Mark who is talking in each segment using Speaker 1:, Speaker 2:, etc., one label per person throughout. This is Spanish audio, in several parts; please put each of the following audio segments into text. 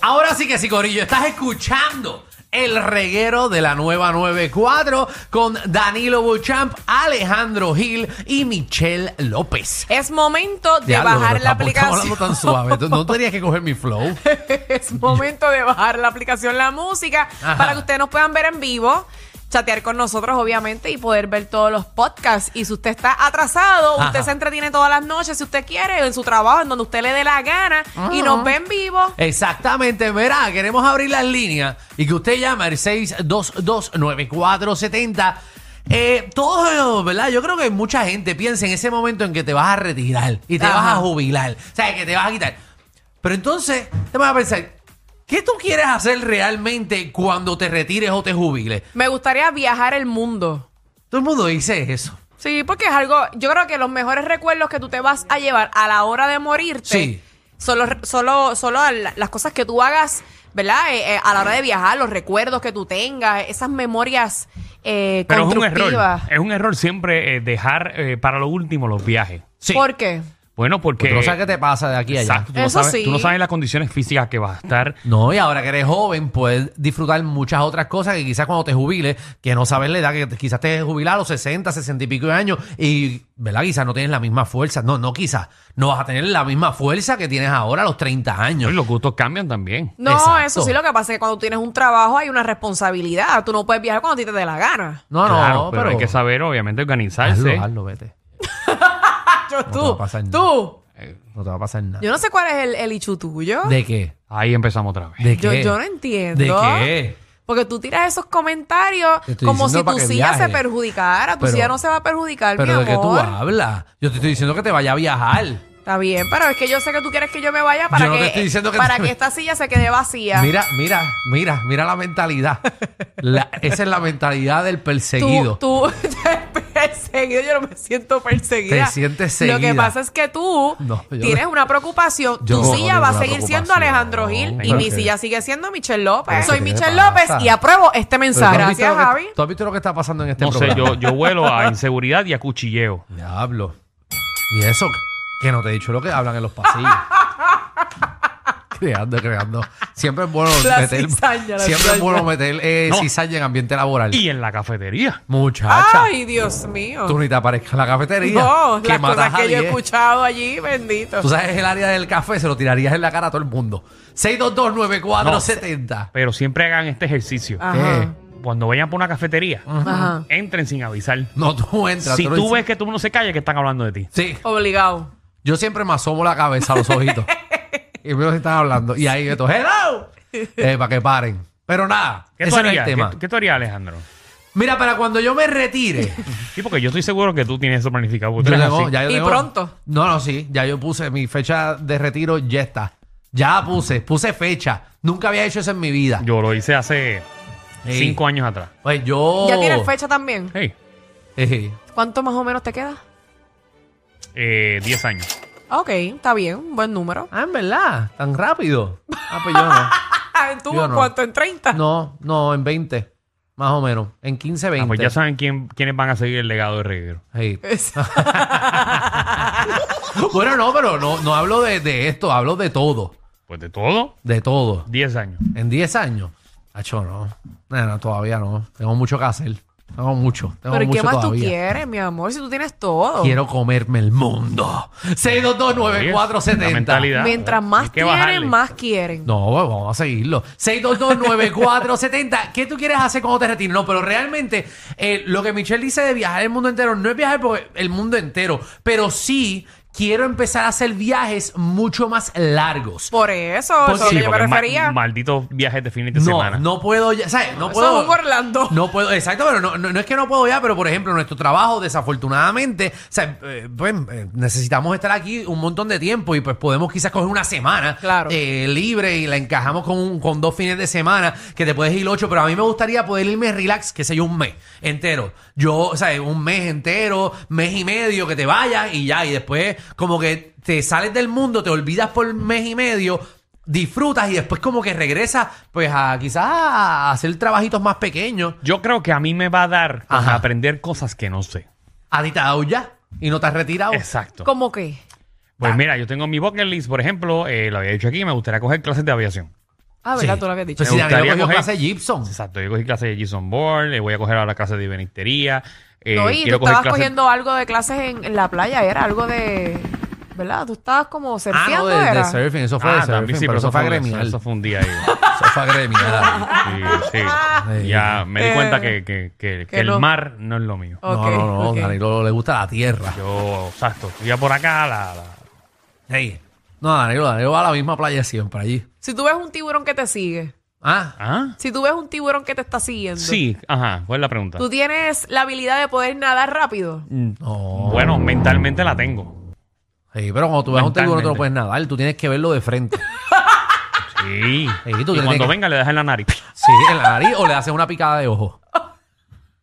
Speaker 1: Ahora sí que sí, Corillo, estás escuchando el reguero de la nueva 94 con Danilo Buchamp, Alejandro Gil y Michelle López.
Speaker 2: Es momento de
Speaker 1: Ya, lo-
Speaker 2: bajar
Speaker 1: lo-
Speaker 2: la
Speaker 1: tampoco estamos
Speaker 2: aplicación.
Speaker 1: hablando tan suave. Tú- No tenías que coger mi flow.
Speaker 2: es momento de bajar la aplicación La Música
Speaker 1: Ajá.
Speaker 2: para que ustedes nos puedan ver en vivo, chatear con nosotros, obviamente, y poder ver todos los podcasts. Y si usted está atrasado,
Speaker 1: Ajá.
Speaker 2: usted se entretiene todas las noches, si usted quiere, en su trabajo, en donde usted le dé la gana,
Speaker 1: Ah.
Speaker 2: y nos ve en vivo.
Speaker 1: Exactamente, verá, queremos abrir las líneas y que usted llame al 6229470. Eh, todos, eh, ¿verdad? Yo creo que mucha gente piensa en ese momento en que te vas a retirar y te
Speaker 2: Ajá.
Speaker 1: vas a jubilar, o sea, que te vas a quitar. Pero entonces, te vas a pensar, ¿qué tú quieres hacer realmente cuando te retires o te jubiles?
Speaker 2: Me gustaría viajar el mundo.
Speaker 1: Todo el mundo dice eso.
Speaker 2: Sí, porque es algo, yo creo que los mejores recuerdos que tú te vas a llevar a la hora de morirte
Speaker 1: Sí.
Speaker 2: son, los- solo, solo a la- las cosas que tú hagas, ¿verdad? Eh, eh, a la hora de viajar, los recuerdos que tú tengas, esas memorias eh,
Speaker 3: Pero es un error.
Speaker 2: constructivas.
Speaker 3: Es un error siempre eh, dejar eh, para lo último los viajes.
Speaker 1: Sí.
Speaker 2: ¿Por qué?
Speaker 3: Bueno, porque.
Speaker 1: Porque tú no sabes qué te pasa de aquí a allá.
Speaker 3: Exacto, tú, no
Speaker 2: Eso
Speaker 3: sabes,
Speaker 2: sí.
Speaker 3: tú no sabes las condiciones físicas que vas a estar.
Speaker 1: No, y ahora que eres joven, puedes disfrutar muchas otras cosas que quizás cuando te jubiles, que no sabes la edad, que te- quizás te jubilas a los 60, 60 y pico de años, y, ¿verdad? Quizás no tienes la misma fuerza. No, no, quizás. No vas a tener la misma fuerza que tienes ahora a los 30
Speaker 3: Y
Speaker 1: años.
Speaker 3: los gustos cambian también.
Speaker 2: No,
Speaker 1: Exacto.
Speaker 2: eso sí, lo que pasa es que cuando tú tienes un trabajo hay una responsabilidad. Tú no puedes viajar cuando a ti te dé la gana.
Speaker 1: No,
Speaker 3: Claro,
Speaker 1: no,
Speaker 3: pero,
Speaker 1: pero.
Speaker 3: hay que saber, obviamente, organizarse.
Speaker 1: hazlo, hazlo, vete. te
Speaker 2: Yo,
Speaker 1: va a
Speaker 2: tú,
Speaker 1: pasar nada.
Speaker 2: tú.
Speaker 1: No te va a pasar nada.
Speaker 2: Yo no sé cuál es el, el ichu tuyo.
Speaker 1: ¿De qué?
Speaker 3: Ahí empezamos otra vez.
Speaker 1: ¿De
Speaker 2: Yo,
Speaker 1: qué?
Speaker 2: yo no entiendo.
Speaker 1: ¿De qué?
Speaker 2: Porque tú tiras esos comentarios
Speaker 1: Te estoy
Speaker 2: como
Speaker 1: diciendo
Speaker 2: si
Speaker 1: para
Speaker 2: tu
Speaker 1: que
Speaker 2: silla
Speaker 1: viaje.
Speaker 2: se perjudicara. Tu
Speaker 1: Pero-
Speaker 2: silla no se va a perjudicar, mi
Speaker 1: Pero
Speaker 2: amor.
Speaker 1: de qué tú hablas. Yo te estoy diciendo que te vaya a viajar.
Speaker 2: Está bien, pero es que yo sé que tú quieres que yo me vaya para,
Speaker 1: Yo no
Speaker 2: que,
Speaker 1: te estoy diciendo que
Speaker 2: para
Speaker 1: te-
Speaker 2: que esta silla se quede vacía.
Speaker 1: Mira, mira, mira, mira la mentalidad. La- esa es la mentalidad del perseguido.
Speaker 2: tú, tú perseguido, yo no me siento perseguida.
Speaker 1: Te sientes
Speaker 2: Lo que
Speaker 1: seguida.
Speaker 2: pasa es que tú
Speaker 1: No, yo-
Speaker 2: tienes una preocupación.
Speaker 1: Yo
Speaker 2: tu
Speaker 1: no
Speaker 2: silla
Speaker 1: tengo
Speaker 2: va a
Speaker 1: una
Speaker 2: seguir siendo
Speaker 1: preocupación.
Speaker 2: Alejandro Gil y
Speaker 3: Pero
Speaker 2: mi
Speaker 1: que-
Speaker 2: silla sigue siendo Michelle López.
Speaker 1: Pero
Speaker 2: Soy
Speaker 1: que te
Speaker 2: Michelle
Speaker 1: pasa.
Speaker 2: López y apruebo este
Speaker 1: Pero
Speaker 2: mensaje.
Speaker 1: ¿tú has visto
Speaker 2: Gracias,
Speaker 1: lo que-
Speaker 2: Javi.
Speaker 1: ¿Tú has visto lo que está pasando en este
Speaker 3: No sé,
Speaker 1: programa?
Speaker 3: yo, yo vuelo a inseguridad y a cuchilleo.
Speaker 1: Diablo. Y eso, que no te he dicho lo que hablan en los pasillos. creando, creando. Siempre es bueno
Speaker 2: La
Speaker 1: meter.
Speaker 2: cizaña, la
Speaker 1: siempre es
Speaker 2: cizaña.
Speaker 1: bueno meter eh,
Speaker 3: No.
Speaker 1: cizaña en ambiente laboral.
Speaker 3: Y en la cafetería.
Speaker 1: Muchacha,
Speaker 2: Ay, Dios mío.
Speaker 1: tú ni te aparezcas en la cafetería.
Speaker 2: No, las
Speaker 1: matas
Speaker 2: cosas
Speaker 1: a
Speaker 2: que yo he
Speaker 1: 10.
Speaker 2: escuchado allí, bendito.
Speaker 1: ¿eh? Tú sabes el área del café, se lo tirarías en la cara a todo el mundo. 6229470.
Speaker 3: Pero siempre hagan este ejercicio.
Speaker 2: Ajá.
Speaker 3: Cuando vayan por una cafetería,
Speaker 2: Ajá.
Speaker 3: entren sin avisar.
Speaker 1: No, tú entras.
Speaker 3: si
Speaker 1: no
Speaker 3: tú
Speaker 1: dices-
Speaker 3: ves que tú no se calla, que están hablando de ti.
Speaker 1: Sí.
Speaker 2: Obligado.
Speaker 1: Yo siempre me asomo la cabeza a los ojitos. y veo si están hablando. Y ahí esto, hello. Eh, para que paren. Pero nada,
Speaker 3: ¿Qué tú
Speaker 1: ese no es el
Speaker 3: harías?
Speaker 1: tema.
Speaker 3: ¿Qué, qué tú harías, Alejandro?
Speaker 1: Mira, para cuando yo me retire.
Speaker 3: Sí, porque yo estoy seguro que tú tienes eso planificado. porque
Speaker 1: yo
Speaker 3: tú eres
Speaker 1: tengo-
Speaker 3: así.
Speaker 1: ya yo
Speaker 2: Y
Speaker 1: tengo-
Speaker 2: pronto.
Speaker 1: No, no, sí. Ya yo puse mi fecha de retiro, ya está. Ya puse, puse fecha. Nunca había hecho eso en mi vida.
Speaker 3: Yo lo hice hace
Speaker 1: Ey.
Speaker 3: cinco años atrás.
Speaker 1: Pues yo. Eh,
Speaker 2: ¿Ya tienes fecha también?
Speaker 3: Hey,
Speaker 1: Ejé.
Speaker 2: ¿Cuánto más o menos te queda?
Speaker 3: eh, diez años.
Speaker 2: Ok, está bien, un buen número.
Speaker 1: Ah, en verdad, tan rápido. Ah, pues yo no.
Speaker 2: Ah, ¿Tú
Speaker 1: Yo no.
Speaker 2: cuánto? ¿En 30?
Speaker 1: No, no, en 20. Más o menos. En 15, 20.
Speaker 3: Ah, pues ya saben quién, quiénes van a seguir el legado de Reguero.
Speaker 1: Ey.
Speaker 2: Es-
Speaker 1: Bueno, no, pero no, no hablo de, de esto, hablo de todo.
Speaker 3: Pues de todo,
Speaker 1: De todo.
Speaker 3: diez años.
Speaker 1: En 10 años. Hacho, no. No, no, todavía no. Tengo mucho que hacer. Tengo mucho. Tengo
Speaker 2: ¿Pero ¿y
Speaker 1: mucho
Speaker 2: qué más
Speaker 1: todavía.
Speaker 2: tú quieres, mi amor? Si tú tienes todo.
Speaker 1: Quiero comerme el mundo.
Speaker 3: La
Speaker 1: 6229470.
Speaker 3: mentalidad.
Speaker 2: Mientras más
Speaker 3: Hay que
Speaker 2: tienen,
Speaker 3: bajarle.
Speaker 2: más quieren.
Speaker 1: No, pues vamos a seguirlo. 6229470. ¿Qué tú quieres hacer cuando te retires? No, pero realmente eh, lo que Michelle dice de viajar el mundo entero no es viajar por el mundo entero, pero sí quiero empezar a hacer viajes mucho más largos.
Speaker 2: Por Oh, eso,
Speaker 1: Pues
Speaker 2: eso es
Speaker 1: sí,
Speaker 2: lo que yo me
Speaker 3: porque ma-
Speaker 2: refería.
Speaker 3: malditos viajes de fines de
Speaker 1: No,
Speaker 3: semana.
Speaker 1: no puedo ya, ¿sabes? No
Speaker 2: eso
Speaker 1: puedo.
Speaker 2: es un Orlando.
Speaker 1: No puedo, exacto, pero no, no, no es que no puedo ya, pero por ejemplo, nuestro trabajo, desafortunadamente, o sea, eh, pues, eh, necesitamos estar aquí un montón de tiempo y pues podemos quizás coger una semana
Speaker 2: Claro.
Speaker 1: eh, libre y la encajamos con, un- con dos fines de semana, que te puedes ir ocho, pero a mí me gustaría poder irme relax, qué sé yo, un mes entero. Yo, o sea, un mes entero, mes y medio, que te vayas y ya, y después como que te sales del mundo, te olvidas por mes y medio disfrutas y después como que regresas pues a quizás a hacer trabajitos más pequeños
Speaker 3: Yo creo que a mí me va a dar con
Speaker 1: Ajá.
Speaker 3: aprender cosas que no sé.
Speaker 1: a ti te ha dado ya y no te has retirado.
Speaker 3: Exacto.
Speaker 2: Oh. ¿Cómo qué?
Speaker 3: Pues mira, yo tengo en mi bucket list, por ejemplo, eh, lo había dicho aquí, me gustaría coger clases de aviación.
Speaker 2: Ah, ¿verdad? Tú lo habías dicho.
Speaker 1: Entonces, si Danilo
Speaker 3: gustaría
Speaker 1: cogió
Speaker 3: coger-
Speaker 1: clase Gibson.
Speaker 3: Exacto, yo cogí clase de Jason Bourne, le voy a coger ahora clase de benistería. eh,
Speaker 2: no, y tú
Speaker 3: quiero coger
Speaker 2: estabas
Speaker 3: clases-
Speaker 2: cogiendo algo de clases en, en la playa, era algo de. ¿Verdad? Tú estabas como
Speaker 1: Ah, no,
Speaker 2: surfeando,
Speaker 1: de, de
Speaker 2: era.
Speaker 1: surfing. Eso fue de
Speaker 3: Ah,
Speaker 1: surfing,
Speaker 3: también sí,
Speaker 1: pero eso fue gremial.
Speaker 3: Eso
Speaker 1: Eso
Speaker 3: fue un día ahí.
Speaker 1: fue gremial.
Speaker 3: Sí, sí. Ya me di cuenta que, que-
Speaker 1: Eh,
Speaker 3: que- que el
Speaker 2: no.
Speaker 3: mar no es lo mío.
Speaker 2: Ok,
Speaker 1: no, no, no.
Speaker 2: ok.
Speaker 1: Danilo le gusta la tierra.
Speaker 3: Yo, exacto, estoy por acá, la, la-
Speaker 1: Ey. No, Danilo, Danilo va a la misma playa siempre allí.
Speaker 2: Si tú ves un tiburón que te sigue,
Speaker 1: Ah,
Speaker 3: ¿Ah?
Speaker 2: si tú ves un tiburón que te está siguiendo,
Speaker 3: Sí, ajá, ¿cuál es la pregunta?
Speaker 2: tú tienes la habilidad de poder nadar rápido.
Speaker 1: Mm. no.
Speaker 3: Bueno, mentalmente la tengo.
Speaker 1: Sí, pero cuando tú ves a un tiburón no te lo
Speaker 3: Mentalmente.
Speaker 1: puedes nadar. Tú tienes que verlo de frente.
Speaker 3: Sí.
Speaker 1: Sí, tú
Speaker 3: y
Speaker 1: tienes
Speaker 3: cuando
Speaker 1: que-
Speaker 3: venga le dejas en la nariz.
Speaker 1: Sí, en la nariz o le haces una picada de ojo.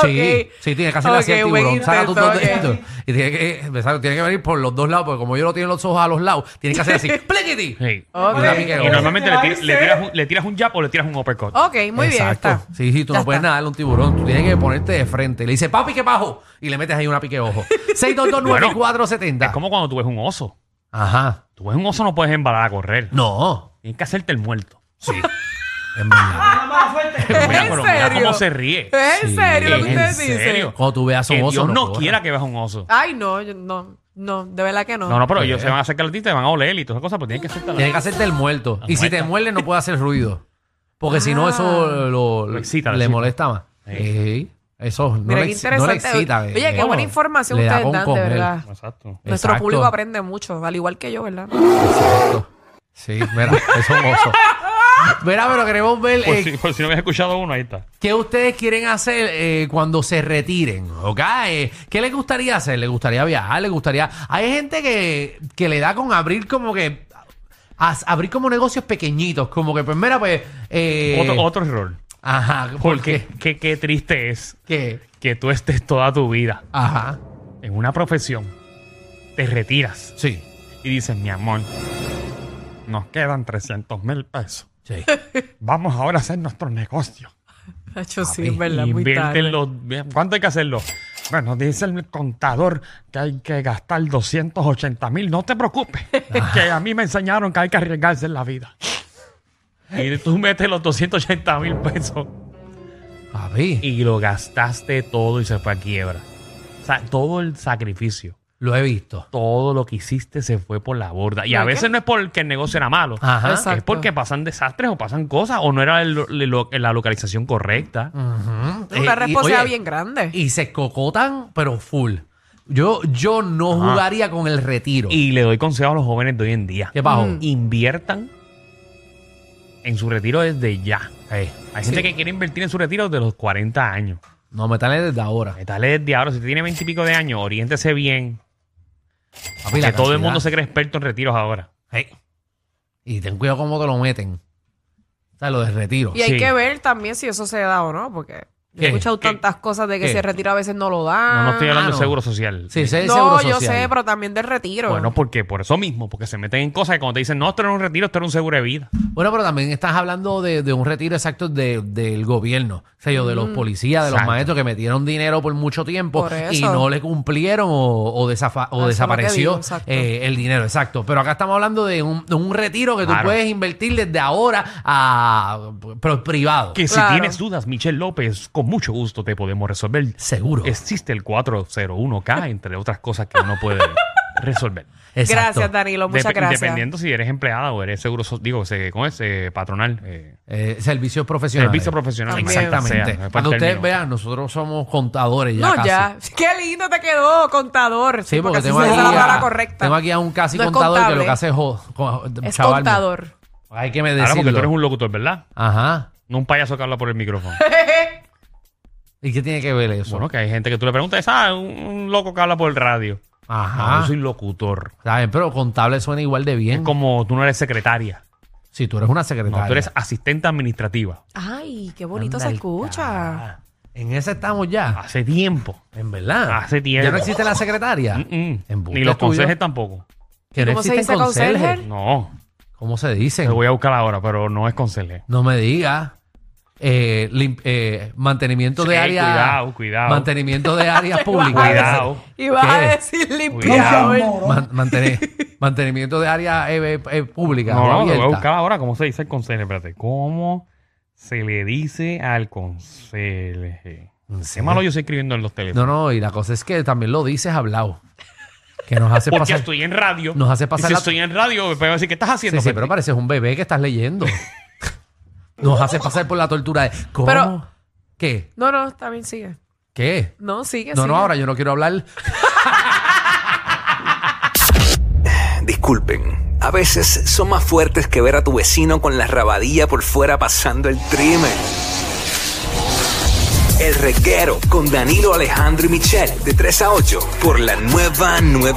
Speaker 2: Ok.
Speaker 1: Sí, sí, tienes que hacerle así al
Speaker 2: Ok, buen
Speaker 1: tiburón. Saca tus
Speaker 2: intento,
Speaker 1: dos
Speaker 2: ok.
Speaker 1: deditos. Y tiene que, exacto, tiene que venir por los dos lados, porque como yo no tiene los ojos a los lados, tienes que hacer así. ¡Pliquiti!
Speaker 3: Sí.
Speaker 2: Ok.
Speaker 1: Una pica de
Speaker 3: Y
Speaker 1: ojo.
Speaker 3: normalmente le, ti- le tiras un, le tiras un jab o le tiras un uppercut.
Speaker 1: Oh.
Speaker 2: Ok, muy bien,
Speaker 1: Exacto.
Speaker 2: está.
Speaker 1: Sí, sí, tú
Speaker 2: Ya
Speaker 1: no puedes
Speaker 2: está.
Speaker 1: nadarle a un tiburón. Tú tienes que ponerte de frente. Le dices, papi, que bajo. Y le metes ahí una pique de ojo.
Speaker 3: Es
Speaker 1: 6229470.
Speaker 3: como cuando tú ves un oso.
Speaker 1: Ajá.
Speaker 3: Tú ves un oso, no puedes embalar a correr.
Speaker 1: No.
Speaker 3: Tienes que hacerte el muerto. Sí.
Speaker 1: Es verdad.
Speaker 3: Mira,
Speaker 2: ¿En
Speaker 3: pero mira
Speaker 2: serio?
Speaker 3: cómo se ríe.
Speaker 2: ¿Es en
Speaker 1: Sí.
Speaker 2: serio lo que
Speaker 1: ¿En
Speaker 2: ustedes dicen?
Speaker 3: serio?
Speaker 1: Cuando tú veas a
Speaker 3: Que
Speaker 1: un oso.
Speaker 3: Dios no
Speaker 1: corras.
Speaker 3: quiera que veas un oso.
Speaker 2: Ay, no, yo- no, no, de verdad que no.
Speaker 3: No, no, pero ellos
Speaker 1: Sí.
Speaker 3: se van a acercar a ti, te van a oler y todas esas cosas, pues tienes que hacerte
Speaker 1: Tienes
Speaker 3: la...
Speaker 1: que hacerte el muerto. Y si te
Speaker 3: muerta.
Speaker 1: muerde, no puede hacer ruido. Porque si no,
Speaker 2: Ah.
Speaker 1: eso lo,
Speaker 3: Lo excita, lo
Speaker 1: le
Speaker 3: excita.
Speaker 1: molesta más.
Speaker 3: Sí.
Speaker 1: Ey, Eso no
Speaker 2: Mira
Speaker 1: le,
Speaker 2: qué
Speaker 1: exci- no le
Speaker 2: interesante.
Speaker 1: excita.
Speaker 2: Oye,
Speaker 1: eh.
Speaker 2: qué buena información
Speaker 1: le da
Speaker 2: ustedes
Speaker 1: con
Speaker 2: dan, de
Speaker 1: comer.
Speaker 2: verdad.
Speaker 3: Exacto.
Speaker 2: Nuestro
Speaker 1: Exacto.
Speaker 2: público aprende mucho, al igual que yo, ¿verdad?
Speaker 1: Exacto. Sí, mira, es un oso. Mira, pero queremos ver
Speaker 3: Por
Speaker 1: eh,
Speaker 3: si, por si no habías escuchado uno, ahí está.
Speaker 1: qué ustedes quieren hacer eh, cuando se retiren, ¿ok? Eh, ¿Qué les gustaría hacer? ¿Les gustaría viajar? ¿Les gustaría...? Hay gente que, que le da con abrir como que... as- abrir como negocios pequeñitos, como que, pues mira, pues... eh,
Speaker 3: Otro, otro error.
Speaker 1: Ajá, ¿por
Speaker 3: Porque
Speaker 1: qué?
Speaker 3: qué, qué triste es
Speaker 1: ¿Qué?
Speaker 3: que tú estés toda tu vida
Speaker 1: Ajá,
Speaker 3: en una profesión, te retiras
Speaker 1: sí.
Speaker 3: y dices, mi amor, nos quedan 300 mil pesos.
Speaker 1: Sí.
Speaker 3: Vamos ahora a hacer nuestro negocio.
Speaker 2: Yo sí,
Speaker 1: Papi,
Speaker 2: es verdad, muy
Speaker 3: Invierte
Speaker 2: tarde.
Speaker 3: en los... ¿Cuánto hay que hacerlo? Bueno, dice el contador que hay que gastar 280 mil. No te preocupes, que a mí me enseñaron que hay que arriesgarse en la vida. Y tú metes los 280 mil pesos
Speaker 1: Papi,
Speaker 3: y lo gastaste todo y se fue a quiebra. O sea, todo el sacrificio,
Speaker 1: lo he visto.
Speaker 3: todo lo que hiciste se fue por la borda. Y
Speaker 2: ¿Por
Speaker 3: a
Speaker 2: qué?
Speaker 3: veces no es porque el negocio era malo,
Speaker 1: Ajá.
Speaker 2: Exacto.
Speaker 3: es porque pasan desastres o pasan cosas o no era el- el- lo- la localización correcta.
Speaker 1: Ujú. Eh,
Speaker 2: Una
Speaker 1: y-
Speaker 2: responsabilidad
Speaker 1: oye,
Speaker 2: bien grande.
Speaker 1: Y se cocotan, pero full. Yo, yo no
Speaker 3: Ajá.
Speaker 1: jugaría con el retiro.
Speaker 3: Y le doy consejo a los jóvenes de hoy en día.
Speaker 1: ¿Qué pasó?
Speaker 2: Mm.
Speaker 3: Inviertan en su retiro desde ya.
Speaker 1: Ey,
Speaker 3: Hay gente que quiere invertir en su retiro desde los 40 años.
Speaker 1: no metale desde ahora.
Speaker 3: Metale desde ahora. Si tiene 20 y pico de años, oriéntese bien.
Speaker 1: Papi, la
Speaker 3: Porque todo el
Speaker 1: cantidad.
Speaker 3: mundo se cree experto en retiros ahora.
Speaker 1: Ey. Y ten cuidado cómo te lo meten. O sea, lo del retiro.
Speaker 2: Y hay
Speaker 3: Sí.
Speaker 2: que ver también si eso se da o no, porque yo
Speaker 1: ¿Qué?
Speaker 2: he escuchado
Speaker 3: ¿Qué?
Speaker 2: tantas cosas de que
Speaker 1: ¿Qué?
Speaker 2: se retira a veces no lo dan.
Speaker 3: No, no estoy hablando
Speaker 1: no.
Speaker 3: de seguro social.
Speaker 1: Ah, Sí, ese es el seguro
Speaker 2: No, yo
Speaker 1: social.
Speaker 2: sé, pero también del retiro.
Speaker 3: Bueno, porque por eso mismo, porque se meten en cosas que cuando te dicen, no, esto no era un retiro, esto era un seguro de vida.
Speaker 1: Bueno, pero también estás hablando de, de un retiro exacto de- del gobierno, o sea, yo, de los policías, de los
Speaker 3: Exacto.
Speaker 1: maestros que metieron dinero por mucho tiempo
Speaker 2: Mm. Por eso.
Speaker 1: y no le cumplieron o, o desafa- o
Speaker 2: Eso es lo que digo,
Speaker 1: desapareció
Speaker 2: exacto.
Speaker 1: eh, el dinero, exacto. Pero acá estamos hablando de un, de un retiro que tú
Speaker 3: Claro.
Speaker 1: puedes invertir desde ahora a pero privado,
Speaker 3: Que si
Speaker 2: Claro.
Speaker 3: tienes dudas, Michelle López, con mucho gusto te podemos resolver.
Speaker 1: seguro.
Speaker 3: Existe el 401k, entre otras cosas que uno puede resolver.
Speaker 1: Exacto.
Speaker 2: Gracias, Danilo, muchas
Speaker 3: Dep-
Speaker 2: gracias.
Speaker 3: Dependiendo si eres empleada o eres seguro, so- digo, se- ¿cómo es? Eh, patronal. eh,
Speaker 1: Eh, servicios profesionales.
Speaker 3: servicio profesional.
Speaker 2: También.
Speaker 1: Exactamente.
Speaker 3: Sea, por
Speaker 1: Cuando ustedes
Speaker 3: término.
Speaker 1: vean, nosotros somos contadores ya.
Speaker 2: no,
Speaker 1: casi.
Speaker 2: ya. Qué lindo te quedó, contador.
Speaker 1: Sí, porque,
Speaker 2: así
Speaker 1: tengo,
Speaker 2: se
Speaker 1: aquí
Speaker 2: da la palabra
Speaker 1: a,
Speaker 2: correcta.
Speaker 1: tengo aquí a un casi
Speaker 2: No es
Speaker 1: contador que
Speaker 2: contable.
Speaker 1: lo que hace es jo- jo-
Speaker 2: es
Speaker 1: chaval,
Speaker 2: contador.
Speaker 1: Hay que me
Speaker 3: Ahora,
Speaker 1: decirlo.
Speaker 3: porque tú eres un locutor, ¿verdad?
Speaker 1: Ajá.
Speaker 3: No un payaso que habla por el micrófono.
Speaker 1: ¿Y qué tiene que ver eso?
Speaker 3: bueno, que hay gente que tú le preguntas, ah, un, un loco que habla por el radio. No,
Speaker 1: Ajá.
Speaker 3: yo soy locutor.
Speaker 1: Está bien, pero contable suena igual de
Speaker 3: Es
Speaker 1: bien.
Speaker 3: como tú no eres secretaria.
Speaker 1: Si tú eres una
Speaker 3: No,
Speaker 1: secretaria.
Speaker 3: tú eres asistente administrativa.
Speaker 2: Ay, qué bonito
Speaker 1: Anda
Speaker 2: se
Speaker 1: el
Speaker 2: escucha.
Speaker 1: ca- Ah, En esa estamos ya.
Speaker 3: Hace tiempo.
Speaker 1: En verdad.
Speaker 3: Ah, Hace tiempo. Mm,
Speaker 1: Ya no existe la secretaria.
Speaker 3: Mm-mm.
Speaker 1: Embuste
Speaker 3: Ni los
Speaker 1: tuyo.
Speaker 3: consejes tampoco.
Speaker 1: Que no
Speaker 2: ¿Cómo se
Speaker 1: existen
Speaker 2: dice
Speaker 1: conserjes.
Speaker 2: conserje?
Speaker 3: No,
Speaker 1: ¿Cómo se
Speaker 3: mm. te
Speaker 1: dicen?
Speaker 3: voy a buscar ahora, pero no es conseje.
Speaker 1: No me digas. eh, lim- eh, mantenimiento de
Speaker 3: Sí,
Speaker 1: áreas.
Speaker 3: cuidado, cuidado.
Speaker 1: Mantenimiento de áreas públicas.
Speaker 3: Cuidado.
Speaker 2: Y vas a
Speaker 1: ¿Qué?
Speaker 2: decir
Speaker 3: Cuidado.
Speaker 2: limpiador.
Speaker 1: Man- mantener- mantenimiento de áreas eh, eh, públicas.
Speaker 3: No, no,
Speaker 1: abiertas.
Speaker 3: te voy a buscar ahora cómo se dice el conserje. Espérate, ¿cómo se le dice al conserje?
Speaker 1: ¿En
Speaker 3: Qué
Speaker 1: serio?
Speaker 3: malo yo estoy escribiendo en los teléfonos.
Speaker 1: No, no, y la cosa es que también lo dices hablado. Que nos hace
Speaker 3: Porque
Speaker 1: pasar.
Speaker 3: estoy en radio.
Speaker 1: Nos hace pasar
Speaker 3: y si
Speaker 1: la-
Speaker 3: estoy en radio, me voy a decir, ¿qué estás haciendo?
Speaker 1: Sí, sí, pero pareces un bebé que estás leyendo. nos hace pasar por la tortura de. ¿Cómo?
Speaker 2: Pero-
Speaker 1: ¿Qué?
Speaker 2: No, no, está bien, sigue.
Speaker 1: ¿Qué?
Speaker 2: No, sigue,
Speaker 1: No,
Speaker 2: sigue.
Speaker 1: no, ahora yo no quiero hablar.
Speaker 4: Disculpen, a veces son más fuertes que ver a tu vecino con la rabadilla por fuera pasando el trimen. El reguero con Danilo Alejandro y Michel de 3 a 8 por la nueva 9.